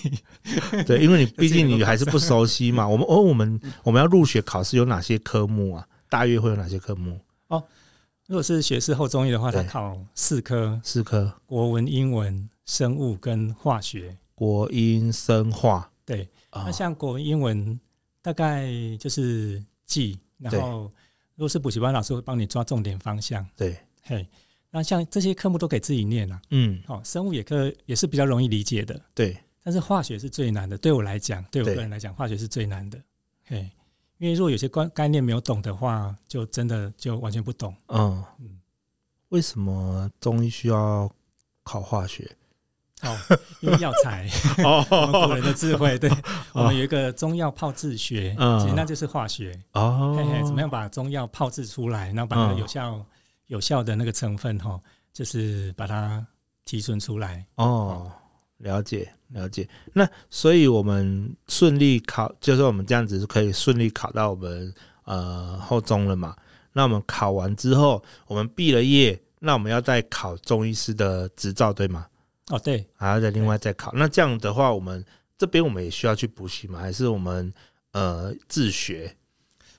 Speaker 1: 对， 因为你
Speaker 2: 己
Speaker 1: 毕竟
Speaker 2: 能
Speaker 1: 你
Speaker 2: 够
Speaker 1: 还是不熟悉 嘛。我们哦，我们我们要入学考试有哪些科目啊？大约会有哪些科目？
Speaker 2: 如果是学士后中医的话，他
Speaker 1: 对
Speaker 2: 考四科：
Speaker 1: 四科：
Speaker 2: 国文、英文、生物跟化学。
Speaker 1: 国英生化。
Speaker 2: 对，
Speaker 1: 啊
Speaker 2: 那像国文、英文大概就是记，然
Speaker 1: 对
Speaker 2: 后如果是补习班老师会帮你抓重点方向。
Speaker 1: 对，
Speaker 2: 嘿，那像这些科目都给自己念了、
Speaker 1: 嗯，
Speaker 2: 好、生物也可也是比较容易理解的，
Speaker 1: 对，
Speaker 2: 但是化学是最难的。对我来讲，对我
Speaker 1: 对
Speaker 2: 个人来讲，化学是最难的。嘿，因为如果有些关概念没有懂的话，就真的就完全不懂。
Speaker 1: 嗯
Speaker 2: 嗯，
Speaker 1: 为什么中医需要考化 学？
Speaker 2: 哦，因为药材，我们古
Speaker 1: 哦
Speaker 2: 人的智慧，对我们有一个中药泡制学，
Speaker 1: 嗯
Speaker 2: 其实那就是化学。
Speaker 1: 哦嗯
Speaker 2: 嘿嘿，怎么样把中药泡制出来，然后把那个有效、有效的那个成分哈、就是把它提纯出来。
Speaker 1: 哦，了解了解。那所以我们顺利考，就是我们这样子是可以顺利考到我们呃后中了嘛？那我们考完之后，我们毕了业，那我们要再考中医师的执照，对吗？
Speaker 2: 哦，对，
Speaker 1: 还要再另外再考。那这样的话，我们这边我们也需要去补习吗？还是我们呃自学？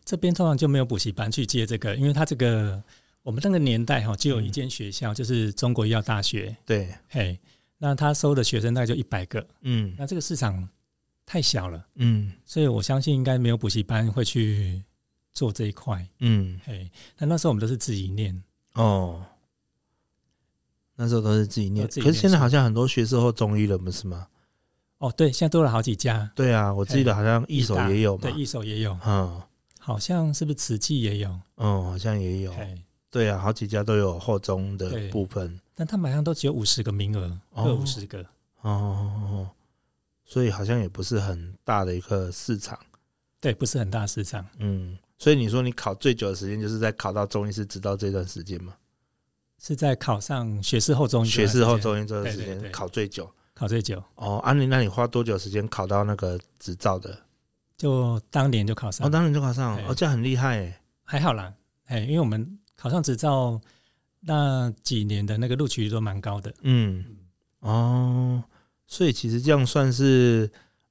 Speaker 2: 这边通常就没有补习班去接这个，因为它这个我们那个年代哈、就有一
Speaker 1: 嗯
Speaker 2: 间学校，就是中国医药大学，
Speaker 1: 对，
Speaker 2: 嘿，那他收的学生大概就一百个，
Speaker 1: 嗯
Speaker 2: 那这个市场太小了，
Speaker 1: 嗯
Speaker 2: 所以我相信应该没有补习班会去做这一块，
Speaker 1: 嗯，
Speaker 2: 嘿，那那时候我们都是自己念，
Speaker 1: 哦。那时候都是自己念，
Speaker 2: 都自己
Speaker 1: 可是
Speaker 2: 念
Speaker 1: 现在
Speaker 2: 书
Speaker 1: 好像很多学士后中医了，不是吗？
Speaker 2: 哦，对，现在多了好几家，
Speaker 1: 对啊，我记得好像一手
Speaker 2: 大
Speaker 1: 也有嘛
Speaker 2: 对，，一手也有，
Speaker 1: 嗯
Speaker 2: 好像是不是慈济也有？
Speaker 1: 嗯，好像也有，
Speaker 2: 嘿，
Speaker 1: 对啊，好几家都有后中的
Speaker 2: 对
Speaker 1: 部分，
Speaker 2: 但他们好像都只有五十个名额，
Speaker 1: 哦
Speaker 2: 各五十个。
Speaker 1: 哦哦哦哦，所以好像也不是很大的一个市场，
Speaker 2: 对，不是很大市场，
Speaker 1: 嗯，所以你说你考最久的时间就是在考到中医师，直到这段时间嘛，
Speaker 2: 是在考上学士后中医这
Speaker 1: 学
Speaker 2: 段时间，
Speaker 1: 士后中医这段时
Speaker 2: 对对
Speaker 1: 间
Speaker 2: 对
Speaker 1: 考最久。
Speaker 2: 考最久，
Speaker 1: 哦，安、啊、妮，那你花多久时间考到那个执照的？
Speaker 2: 就当年就考
Speaker 1: 哦，
Speaker 2: 上，
Speaker 1: 当然就考上了，
Speaker 2: 对
Speaker 1: 哦，这样很厉害哎。
Speaker 2: 还好啦。哎，因为我们考上执照那几年的那个录取率都蛮高的。
Speaker 1: 嗯，哦，所以其实这样算是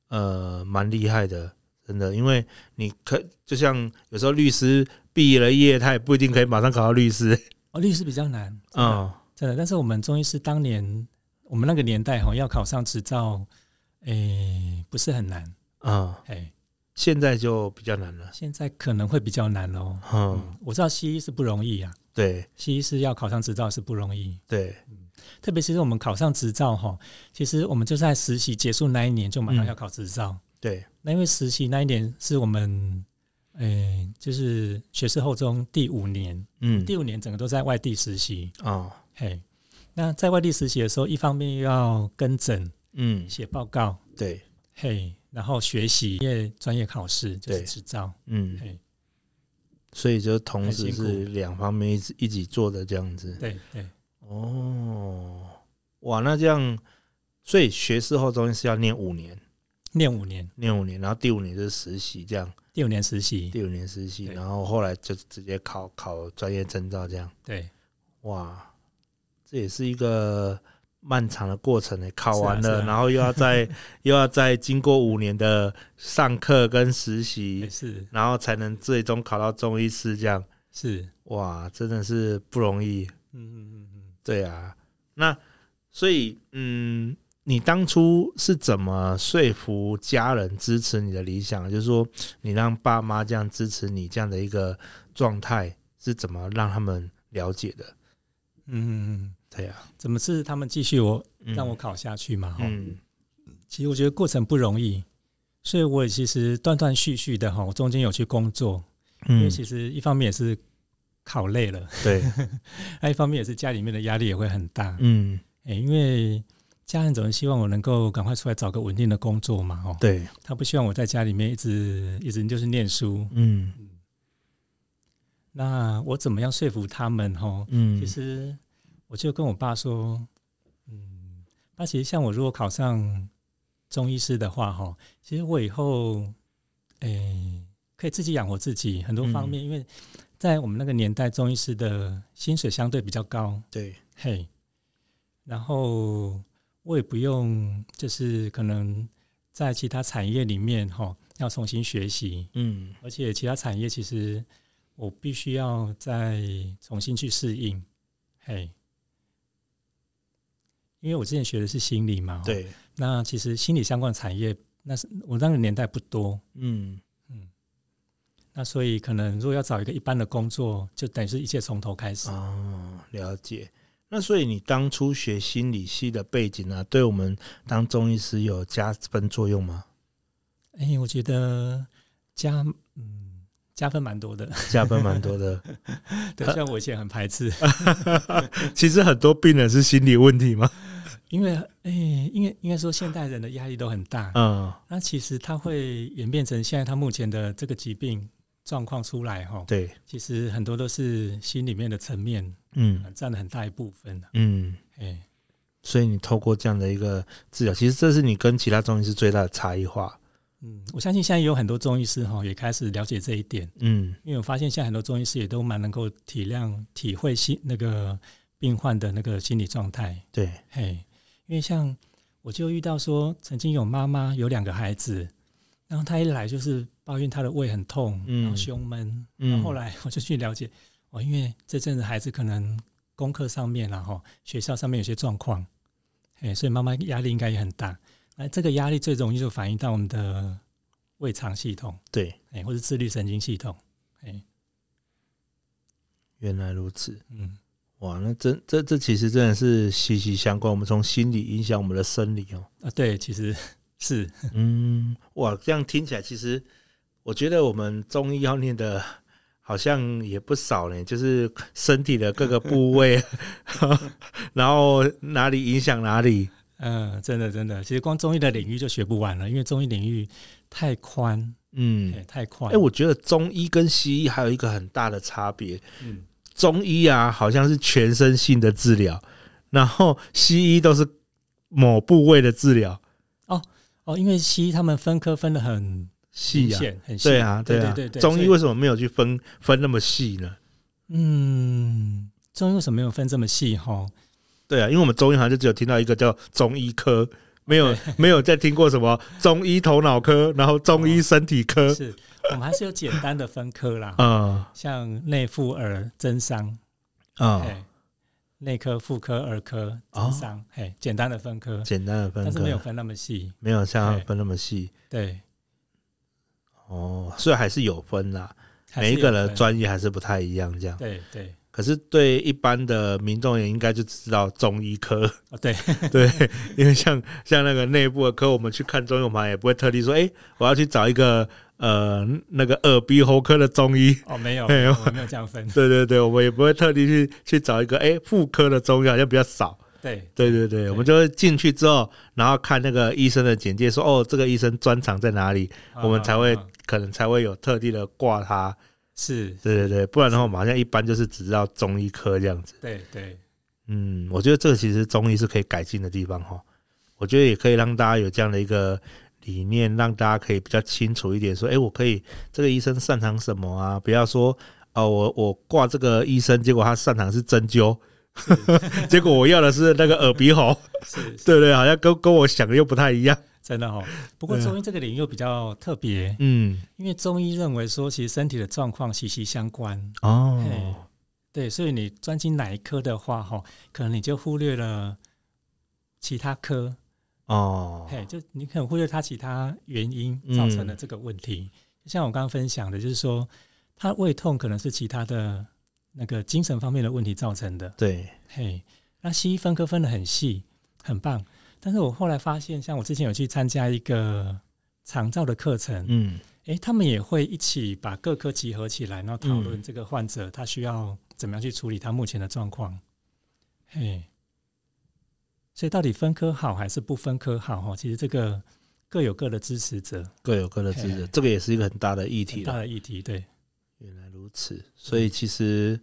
Speaker 1: 呃蛮厉害的，真的，因为你可就像有时候律师毕业了业，他也不一定 可以马上考到律师。
Speaker 2: 哦，律师比较难，
Speaker 1: 嗯
Speaker 2: 真的。但是我们中医师当年，我们那个年代哈，要考上执照，诶，不是很难，
Speaker 1: 啊、
Speaker 2: 诶，
Speaker 1: 现在就比较难了。
Speaker 2: 现在可能会比较难哦。
Speaker 1: 嗯，
Speaker 2: 我知道西医是不容易啊，
Speaker 1: 对
Speaker 2: 西医是要考上执照是不容易，
Speaker 1: 对，
Speaker 2: 特别是我们考上执照哈，其实我们就是在实习结束那一年就
Speaker 1: 嗯
Speaker 2: 马上要考执照。
Speaker 1: 对，
Speaker 2: 那因为实习那一年是我们，诶、就是学士后中第五年，
Speaker 1: 嗯，
Speaker 2: 第五年整个都在外地实习。
Speaker 1: 哦，
Speaker 2: 嘿，那在外地实习的时候，一方面又要跟诊、
Speaker 1: 嗯，
Speaker 2: 写报告，
Speaker 1: 对，
Speaker 2: 嘿，然后学习业专业考试，就是
Speaker 1: 对
Speaker 2: 执照，
Speaker 1: 嗯，
Speaker 2: 嘿，
Speaker 1: 所以就同
Speaker 2: 很
Speaker 1: 时
Speaker 2: 辛苦
Speaker 1: 是两方面一起一起做的这样子。
Speaker 2: 对对，
Speaker 1: 哦，哇，那这样，所以学士后中心是要念五年，
Speaker 2: 念五年，
Speaker 1: 念五年，然后第五年就是实习，这样，
Speaker 2: 第五年实习，
Speaker 1: 第五年实习，
Speaker 2: 对
Speaker 1: 然后后来就直接考考专业证照，这样，
Speaker 2: 对，
Speaker 1: 哇，这也是一个漫长的过程呢。考完
Speaker 2: 是
Speaker 1: 了，
Speaker 2: 啊是啊
Speaker 1: 然后又要 再又要再经过五年的上课跟实习
Speaker 2: 也，是
Speaker 1: 然后才能最终考到中医师，这样，
Speaker 2: 是，
Speaker 1: 哇，真的是不容易。
Speaker 2: 嗯嗯嗯嗯，
Speaker 1: 对啊，那所以嗯，你当初是怎么说服家人支持你的理想？就是说，你让爸妈这样支持你这样的一个状态，是怎么让他们了解的？
Speaker 2: 嗯嗯
Speaker 1: 对啊，
Speaker 2: 嗯，怎么是他们继续我
Speaker 1: 嗯
Speaker 2: 让我考下去嘛？哈、
Speaker 1: 嗯
Speaker 2: 其实我觉得过程不容易，所以我也其实断断续续的哈，我中间有去工作，因为
Speaker 1: 嗯，
Speaker 2: 其实一方面也是考累了，
Speaker 1: 对，
Speaker 2: 那一方面也是家里面的压力也会很大，
Speaker 1: 嗯
Speaker 2: 哎、因为家人总是希望我能够赶快出来找个稳定的工作嘛，哦，
Speaker 1: 嗯对，
Speaker 2: 他不希望我在家里面一直一直就是念书。
Speaker 1: 嗯
Speaker 2: 那我怎么样说服他们？哈，
Speaker 1: 嗯，
Speaker 2: 其实我就跟我爸说，嗯，爸，其实像我如果考上中医师的话，哈，其实我以后，诶、可以自己养活自己，很多方面，因为在我们那个年代，中医师的薪水相对比较高，
Speaker 1: 对，
Speaker 2: 嘿，然后我也不用，就是可能在其他产业里面，哈，要重新学习，
Speaker 1: 嗯
Speaker 2: 而且其他产业其实我必须要再重新去适应，嘿，因为我之前学的是心理嘛，，哦
Speaker 1: 对，
Speaker 2: 那其实心理相关的产业，那是我那个年代不多，
Speaker 1: 嗯
Speaker 2: 嗯，那所以可能如果要找一个一般的工作，就等于是一切从头开始，
Speaker 1: 哦，了解。那所以你当初学心理系的背景呢、啊，对我们当中医师有加分作用吗？
Speaker 2: 哎、我觉得加嗯加分蛮多的，
Speaker 1: 加分蛮多的。
Speaker 2: 对，虽然我以前很排斥，
Speaker 1: 其实很多病人是心理问题吗？
Speaker 2: 因为哎、因为应该说现代人的压力都很大，
Speaker 1: 嗯，
Speaker 2: 那其实它会演变成现在他目前的这个疾病状况出来哈，
Speaker 1: 对，
Speaker 2: 其实很多都是心里面的层面
Speaker 1: 嗯
Speaker 2: 呃占了很大一部分的。
Speaker 1: 嗯，
Speaker 2: 哎，
Speaker 1: 所以你透过这样的一个治疗，其实这是你跟其他中医师最大的差异化。
Speaker 2: 嗯，我相信现在也有很多中医师哈也开始了解这一点，
Speaker 1: 嗯
Speaker 2: 因为我发现现在很多中医师也都蛮能够体谅、体会心那个病患的那个心理状态。
Speaker 1: 对，
Speaker 2: 嘿，因为像我就遇到说，曾经有妈妈有两个孩子，然后她一来就是抱怨她的胃很痛，
Speaker 1: 嗯
Speaker 2: 然后胸闷，
Speaker 1: 嗯
Speaker 2: 然后后来我就去了解，哦，因为这阵子孩子可能功课上面然后学校上面有些状况，哎，所以妈妈压力应该也很大。那这个压力最容易就反映到我们的胃肠系统，
Speaker 1: 对，
Speaker 2: 哎，或是自律神经系统，哎，
Speaker 1: 原来如此。
Speaker 2: 嗯，
Speaker 1: 哇，那这这这其实真的是息息相关。我们从心理影响我们的生理哦。
Speaker 2: 啊，对，其实 是，
Speaker 1: 嗯，哇，这样听起来，其实我觉得我们中医要念的。好像也不少呢，就是身体的各个部 位，然后哪里影响哪里，
Speaker 2: 嗯，真的真的，其实光中医的领域就学不完了，因为中医领域太宽，
Speaker 1: 嗯
Speaker 2: 哎、，太宽。
Speaker 1: 哎、我觉得中医跟西医还有一个很大的差别，
Speaker 2: 嗯，
Speaker 1: 中医啊好像是全身性的治疗，然后西医都是某部位的治疗，
Speaker 2: 哦，因为西医他们分科分的很
Speaker 1: 细
Speaker 2: 明
Speaker 1: 啊，
Speaker 2: 显很细，
Speaker 1: 对啊，
Speaker 2: 对
Speaker 1: 啊，
Speaker 2: 对对，
Speaker 1: 中医
Speaker 2: 所以
Speaker 1: 为什么没有去分分那么细呢？
Speaker 2: 嗯，中医为什么没有分这么细哈？
Speaker 1: 对啊，因为我们中医好像就只有听到一个叫中医科。没有，没有再听过什么中医头脑科，然后中医身体科，
Speaker 2: 是我们还是有简单的分科啦，
Speaker 1: 呃啊
Speaker 2: 像内妇儿、增伤，
Speaker 1: 啊
Speaker 2: 哎、内科、妇科、儿科、
Speaker 1: 哦
Speaker 2: 智商，嘿，简单的分科，
Speaker 1: 简单的分
Speaker 2: 但是
Speaker 1: 科，
Speaker 2: 没有分那么细。
Speaker 1: 没有像
Speaker 2: 对
Speaker 1: 分那么细
Speaker 2: 对，
Speaker 1: 哦，所以还是有分啦，
Speaker 2: 还是
Speaker 1: 每一个
Speaker 2: 有
Speaker 1: 人的
Speaker 2: 分
Speaker 1: 专业还是不太一样这样。
Speaker 2: 对对
Speaker 1: 可是对一般的民众也应该就知道中医科，
Speaker 2: 哦对
Speaker 1: 对，因为像像那个内部的科，我们去看中医，我们也不会特地说，哎、我要去找一个呃那个耳鼻喉科的中医，
Speaker 2: 哦没有，
Speaker 1: 嘿
Speaker 2: 我没有这样 分。
Speaker 1: 对对对，我们也不会特地去去找一个哎妇、科的中医，好像比较少。
Speaker 2: 对
Speaker 1: 对对对，我们就会进去之后，然后看那个医生的简介说，哦，这个医生专长在哪里，我们才会
Speaker 2: 啊啊啊
Speaker 1: 可能才会有特地的挂他。
Speaker 2: 是，
Speaker 1: 对对对，不然的话，我们好像一般就是只知道中医科这样子。
Speaker 2: 对对
Speaker 1: 嗯，我觉得这个其实中医是可以改进的地方哈。我觉得也可以让大家有这样的一个理念，让大家可以比较清楚一点，说，哎，我可以这个医生擅长什么啊？不要说啊、我我挂这个医生，结果他擅长是针灸， 结果我要的是那个耳鼻喉，
Speaker 2: 是，是
Speaker 1: 对不对？好像跟跟我想的又不太一样。
Speaker 2: 真的哦。不过
Speaker 1: 对啊
Speaker 2: 中医这个领域又比较特别，
Speaker 1: 嗯，
Speaker 2: 因为中医认为说，其实身体的状况息息相关。嘿
Speaker 1: 哦，
Speaker 2: 对，所以你专精哪一科的话，哈，可能你就忽略了其他科，
Speaker 1: 哦，嗯
Speaker 2: 嘿，就你可能忽略它其他原因造成的这个问题。就像我刚刚分享的，就是说，他胃痛可能是其他的那个精神方面的问题造成的。
Speaker 1: 对，
Speaker 2: 嘿，那西医分科分得很细，很棒。但是我后来发现，像我之前有去参加一个长照的课程，
Speaker 1: 嗯，
Speaker 2: 诶，他们也会一起把各科集合起来，然后讨论
Speaker 1: 嗯
Speaker 2: 这个患者他需要怎么样去处理他目前的状况。嘿，所以到底分科好还是不分科好？哈，其实这个各有各的支持者，
Speaker 1: 各有各的职责
Speaker 2: 嘿，
Speaker 1: 这个也是一个很大的议
Speaker 2: 很
Speaker 1: 题
Speaker 2: 大
Speaker 1: 了。
Speaker 2: 的议题。 对，
Speaker 1: 原来如
Speaker 2: 嗯
Speaker 1: 此，所以其实，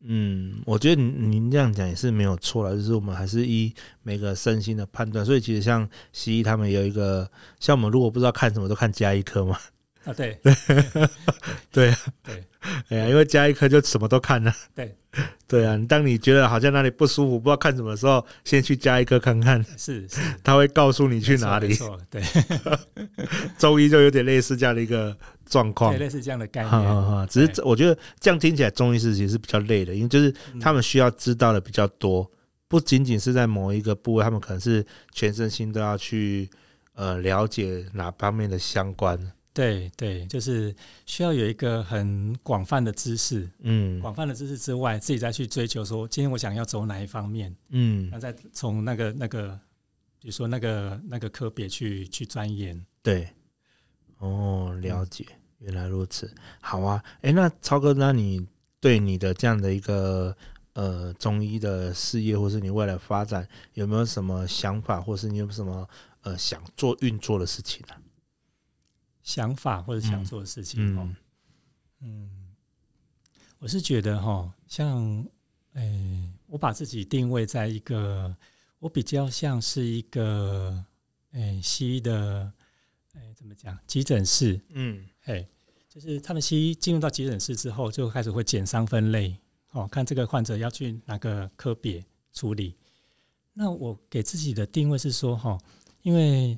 Speaker 1: 嗯，我觉得您您这样讲也是没有错了，就是我们还是依每个身心的判断。所以其实像西医他们有一个，像我们如果不知道看什么，就看加医科嘛。
Speaker 2: 啊，对，
Speaker 1: 哎呀，因为加医科就什么都看了。啊
Speaker 2: 对，
Speaker 1: 对啊，当你觉得好像哪里不舒服，不知道看什么的时候，先去加医科看看，
Speaker 2: 是是，
Speaker 1: 他会告诉 你去哪
Speaker 2: 没
Speaker 1: 里。
Speaker 2: 错，没错对，
Speaker 1: 中医就有点类似这样的一个状况
Speaker 2: 对，。类似这样的 概
Speaker 1: 哈
Speaker 2: 念。
Speaker 1: 哈哈，只是
Speaker 2: 对
Speaker 1: 这我觉得这样听起来中医师其实是比较累的，因为就是
Speaker 2: 嗯
Speaker 1: 他们需要知道的比较多，不仅仅是在某一个部位，他们可能是全身心都要去呃了解哪方面的相关。
Speaker 2: 对对，就是需要有一个很广泛的知识，
Speaker 1: 嗯
Speaker 2: 广泛的知识之外，自己再去追求说，今天我想要走哪一方面，
Speaker 1: 嗯
Speaker 2: 然，后再从那个那个，比如说那个那个科别去去钻研。
Speaker 1: 对，哦，了解，原来如此。好啊，诶，那超哥，那你对你的这样的一个呃中医的事业，或是你未来发展，有没有什么想法，或是你有没有什么呃想做运作的事情啊？
Speaker 2: 想法或者想做的事情哦
Speaker 1: 嗯。
Speaker 2: 嗯，我是觉得哈、像诶、我把自己定位在一个，我比较像是一个诶、西医的诶、怎么讲急诊室，
Speaker 1: 嗯，
Speaker 2: 嘿，就是他们西医进入到急诊室之后，就开始会减伤分类，哦，看这个患者要去哪个科别处理。那我给自己的定位是说，哈、因为，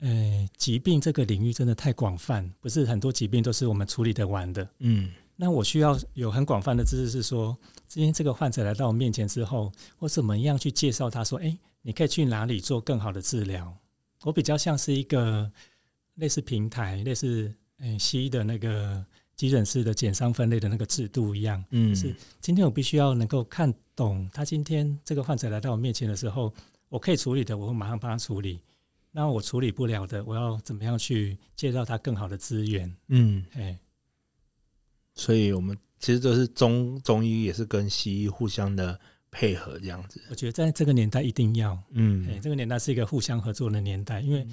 Speaker 2: 呃，疾病这个领域真的太广泛，不是很多疾病都是我们处理得完的。
Speaker 1: 嗯
Speaker 2: 那我需要有很广泛的知识，是说，今天这个患者来到我面前之后，我怎么样去介绍他说，哎，你可以去哪里做更好的治疗？我比较像是一个类似平台，类似嗯西医的那个急诊室的减伤分类的那个制度一样。
Speaker 1: 嗯，
Speaker 2: 是今天我必须要能够看懂他今天这个患者来到我面前的时候，我可以处理的，我会马上帮他处理。那我处理不了的，我要怎么样去介绍他更好的资源？
Speaker 1: 嗯，
Speaker 2: 哎，
Speaker 1: 所以我们其实都是中中医也是跟西医互相的配合这样子。
Speaker 2: 我觉得在这个年代一定要，哎，
Speaker 1: 嗯，
Speaker 2: 这个年代是一个互相合作的年代，因为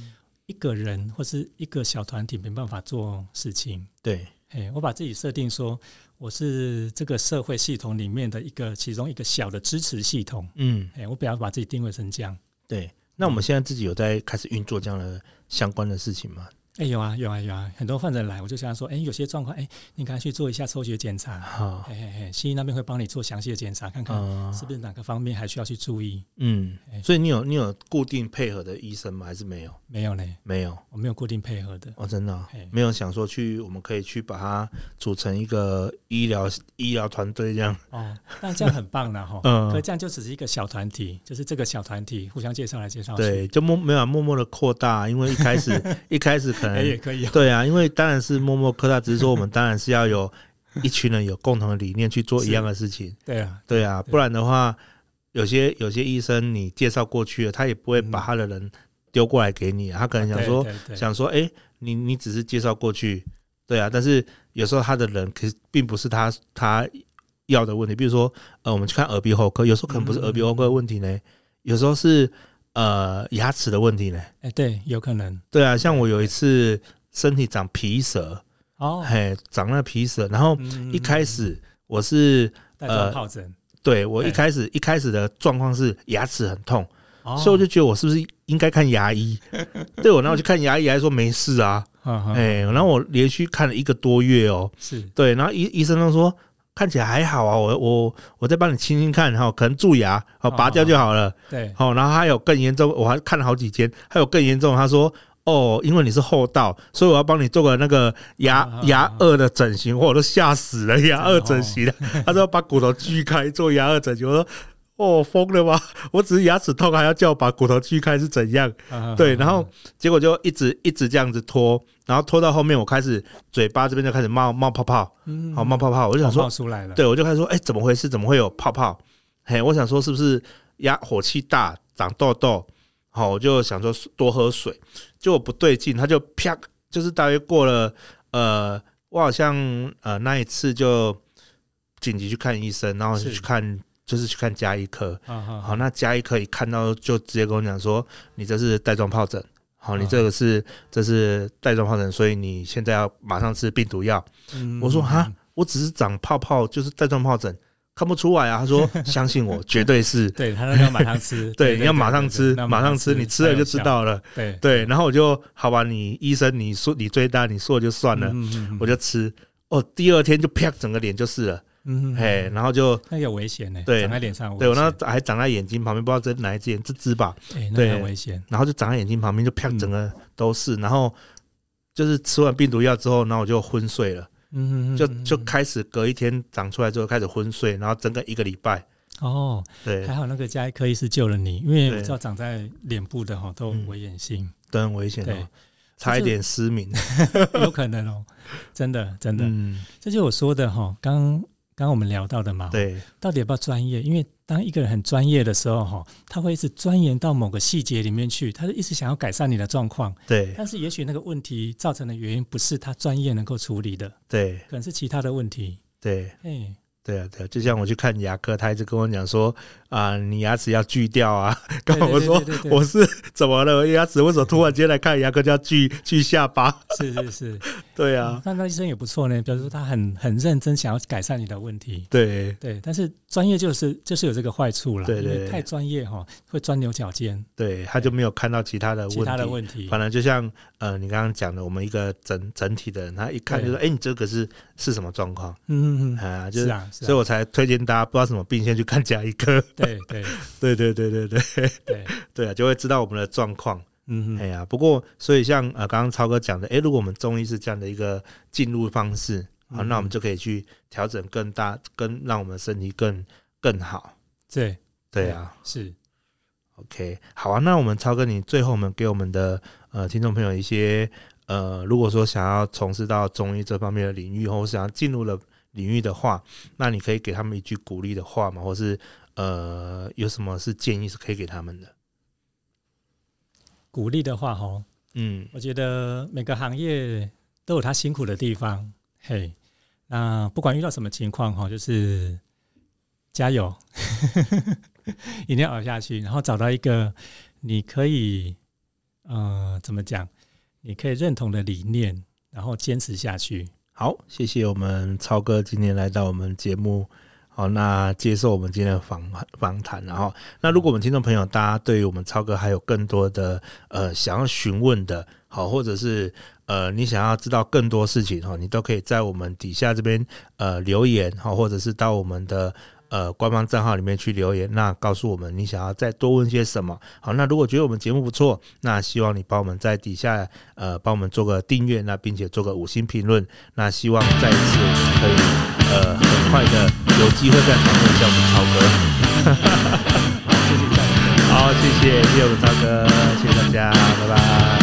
Speaker 2: 一个人或是一个小团体没办法做事情。
Speaker 1: 对，
Speaker 2: 哎，我把自己设定说，我是这个社会系统里面的一个其中一个小的支持系统。
Speaker 1: 嗯，
Speaker 2: 哎，我不要把自己定位成这样。
Speaker 1: 对。那我们现在自己有在开始运作这样的相关的事情吗？
Speaker 2: 哎、有啊，有啊，有啊，很多患者来，我就跟他说，哎、有些状况，哎、你赶快去做一下抽血检查，
Speaker 1: 好，
Speaker 2: 哎哎哎，西医那边会帮你做详细的检查，看看
Speaker 1: 啊
Speaker 2: 哎是不是哪个方面还需要去注意。
Speaker 1: 嗯，
Speaker 2: 哎
Speaker 1: 所以你有你有固定配合的医生吗？还是没有？
Speaker 2: 没有嘞，
Speaker 1: 没有
Speaker 2: 我没有固定配合的。
Speaker 1: 哦，真的哦、
Speaker 2: 哎
Speaker 1: 没有想说去，我们可以去把它组成一个医疗医疗团队这样。
Speaker 2: 哦，但这样很棒了哈。
Speaker 1: 嗯
Speaker 2: 可这样就只是一个小团体，就是这个小团体互相介绍来介绍去，
Speaker 1: 对，就默没有啊默默的扩大，因为一开 始一开始可
Speaker 2: 哎、
Speaker 1: 能
Speaker 2: 也可以哦。
Speaker 1: 对啊，因为当然是默默扩大，只是说我们当然是要 有一群人有共同的理念去做一样的事情。
Speaker 2: 对啊，
Speaker 1: 对啊，
Speaker 2: 对
Speaker 1: 不然的话，有些有些医生你介绍过去了，他也不会把他的人丢过来给你啊，他可能想
Speaker 2: 对
Speaker 1: 说
Speaker 2: 对对
Speaker 1: 想说，哎、你你只是介绍过去，对啊，但是有时候他的人可是并不是他他要的问题，比如说呃，我们去看耳鼻喉科，有时候可能不
Speaker 2: 嗯
Speaker 1: 是耳鼻喉科的问题呢，有时候是呃牙齿的问题呢，
Speaker 2: 哎、对，有可能
Speaker 1: 对啊，像我有一次身体长皮蛇，
Speaker 2: 哦。
Speaker 1: 嘿，长了皮蛇，然后
Speaker 2: 嗯
Speaker 1: 一开始呃我是
Speaker 2: 带状疱疹，
Speaker 1: 对我一
Speaker 2: 哎
Speaker 1: 开始一开始的状况是牙齿很痛，
Speaker 2: 哦
Speaker 1: 所以我就觉得我是不是应该看牙医？ 对我，然后我去看牙医，还说没事啊，
Speaker 2: 嗯嗯
Speaker 1: 哎、然后我连续看了一个多月哦，
Speaker 2: 是
Speaker 1: 对，然后医医生都说看起来还好啊，我我我再帮你清清看，哈、可能蛀牙，好、
Speaker 2: 哦
Speaker 1: 拔掉就好了，
Speaker 2: 对
Speaker 1: 好、然后还有更严重，我还看了好几间，还有更严重，他说。哦，因为你是后道，所以我要帮你做个那个牙
Speaker 2: 啊哦
Speaker 1: 牙颚的整形，哇，我都吓死了，牙颚整形了。他说要把骨头锯开做牙颚整形，我说哦疯了吗？我只是牙齿痛，还要叫我把骨头锯开是怎样？
Speaker 2: 嗯嗯
Speaker 1: 对，
Speaker 2: 嗯
Speaker 1: 然后
Speaker 2: 嗯
Speaker 1: 结果就一直一直这样子拖，然后拖到后面，我开始嘴巴这边就开始冒冒泡泡，
Speaker 2: 嗯
Speaker 1: 好冒泡泡，我就想
Speaker 2: 冒
Speaker 1: 说，
Speaker 2: 出来了，
Speaker 1: 对我就开始说，哎，怎么回事？怎么会有泡泡？嘿，我想说是不是压火气大长痘痘？好，我就想说多喝水，结果不对劲，它就啪，就是大约过了呃，我好像呃那一次就紧急去看医生，然后
Speaker 2: 是
Speaker 1: 去看就是去看加医科，
Speaker 2: 嗯，好
Speaker 1: 好，那加医科一看到就直接跟我讲说，你这是带状疱疹，好，你这个是、这是带状疱疹，所以你现在要马上吃病毒药。
Speaker 2: 嗯
Speaker 1: 我说哈，我只是长泡泡，就是带状疱疹，看不出来啊。他 说相信我，绝对 是。
Speaker 2: 对他那个要马上吃，
Speaker 1: 对，你要马上吃，
Speaker 2: 那
Speaker 1: 马上吃，你吃了就知，道了。
Speaker 2: 才有效对，
Speaker 1: 对，然后我就好吧，你医生你说你最大，你说就算了，
Speaker 2: 嗯，嗯嗯
Speaker 1: 我就吃。哦，第二天就啪，整个脸就是了，
Speaker 2: 嗯，嗯
Speaker 1: 嘿，，然后就
Speaker 2: 那有危险呢，
Speaker 1: 对
Speaker 2: 长在脸上有危
Speaker 1: 对
Speaker 2: 险，
Speaker 1: 我那还长在眼睛旁边，不知道这哪一只眼，这只吧，
Speaker 2: 哎，那
Speaker 1: 对
Speaker 2: 个很危险，
Speaker 1: 然后就长在眼睛旁边，就啪，
Speaker 2: 嗯
Speaker 1: 整个都是。然后就是吃完病毒药之后，然后我就昏睡了，
Speaker 2: 嗯，嗯嗯
Speaker 1: 就
Speaker 2: 嗯
Speaker 1: 就
Speaker 2: 嗯
Speaker 1: 开始隔一天长出来之后开始昏睡，然后整个一个礼拜。
Speaker 2: 哦，
Speaker 1: 对
Speaker 2: 还，好那个加医科医师救了你，因为我
Speaker 1: 对嗯
Speaker 2: 知道长在脸部的哈都有危险性，
Speaker 1: 都很危险
Speaker 2: 对
Speaker 1: 哦，，差一点失明。
Speaker 2: 有可能哦， 真的真的，
Speaker 1: 嗯，
Speaker 2: 这就是我说的哈，刚刚我们聊到的嘛，
Speaker 1: 对，
Speaker 2: 到底要不要专业？因为当一个人很专业的时候，哈，他会一直钻研到某个细节里面去，他就一直想要改善你的状况。
Speaker 1: 对，
Speaker 2: 但是也许那个问题造成的原因不是他专业能够处理的，
Speaker 1: 对，
Speaker 2: 可能是其他的问题。
Speaker 1: 对，
Speaker 2: 哎，
Speaker 1: 对啊，对啊，就像我去看牙科，他一直跟我讲说啊，你牙齿要锯掉啊。
Speaker 2: 对
Speaker 1: 跟我说，
Speaker 2: 对对对对
Speaker 1: 我是怎么了？牙齿为什么突然间来看牙科就要锯锯下 巴？
Speaker 2: 是是是，
Speaker 1: 对
Speaker 2: 嗯
Speaker 1: 啊，
Speaker 2: 那那医生也不错呢，表示说他很很认真想要改善你的问题。
Speaker 1: 对，
Speaker 2: 对，但是专业就是就是有这个坏处了，
Speaker 1: 对对
Speaker 2: 因为太专业哈，会钻牛角尖，
Speaker 1: 对，他就没有看到其他的问
Speaker 2: 其他的
Speaker 1: 题。
Speaker 2: 问题
Speaker 1: 反正就像呃，你刚刚讲的，我们一个整整体的人，他一看就说：“哎、你这个是是什么状况
Speaker 2: 嗯嗯嗯，
Speaker 1: 啊？” 就是
Speaker 2: 是，啊，是
Speaker 1: 所以
Speaker 2: 啊，
Speaker 1: 我才推荐大家不知道什么病，先去看加医科。
Speaker 2: 对
Speaker 1: 对
Speaker 2: 对
Speaker 1: 对对对对
Speaker 2: 对，
Speaker 1: 对啊，就会知道我们的状况。
Speaker 2: 嗯
Speaker 1: 哎
Speaker 2: 嗯，
Speaker 1: 呀、不过所以像呃，刚刚超哥讲的，哎、如果我们中医是这样的一个进入方式啊，
Speaker 2: 嗯
Speaker 1: 那我们就可以去调整更大，更让我们的身体更更好。
Speaker 2: 对
Speaker 1: 对啊
Speaker 2: 是，
Speaker 1: ，OK，好啊。那我们超哥，你最后我们给我们的呃听众朋友一些呃，如果说想要从事到中医这方面的领域，或想要进入了领域的话，那你可以给他们一句鼓励的话嘛，或是呃有什么是建议是可以给他们的？
Speaker 2: 鼓励的话哈，
Speaker 1: 嗯，
Speaker 2: 我觉得每个行业都有它辛苦的地方，嘿，那不管遇到什么情况哈，就是加油， 一定要熬下去，然后找到一个你可以，呃，怎么讲，你可以认同的理念，然后坚持下去。
Speaker 1: 好，谢谢我们超哥今天来到我们节目。哦，那接受我们今天的访访谈，然后，那如果我们听众朋友大家对于我们超哥还有更多的呃想要询问的，好，或者是呃你想要知道更多事情哈、哦，你都可以在我们底下这边呃留言哈、哦，或者是到我们的呃官方账号里面去留言，那告诉我们你想要再多问些什么。好，那如果觉得我们节目不错，那希望你帮我们在底下呃帮我们做个订阅，那并且做个五星评论。那希望再次可以呃很快的有机会再访问一下我们超哥。
Speaker 2: 好，谢
Speaker 1: 好，谢
Speaker 2: 谢大家。
Speaker 1: 谢谢谢我们超哥，谢谢大家，拜拜。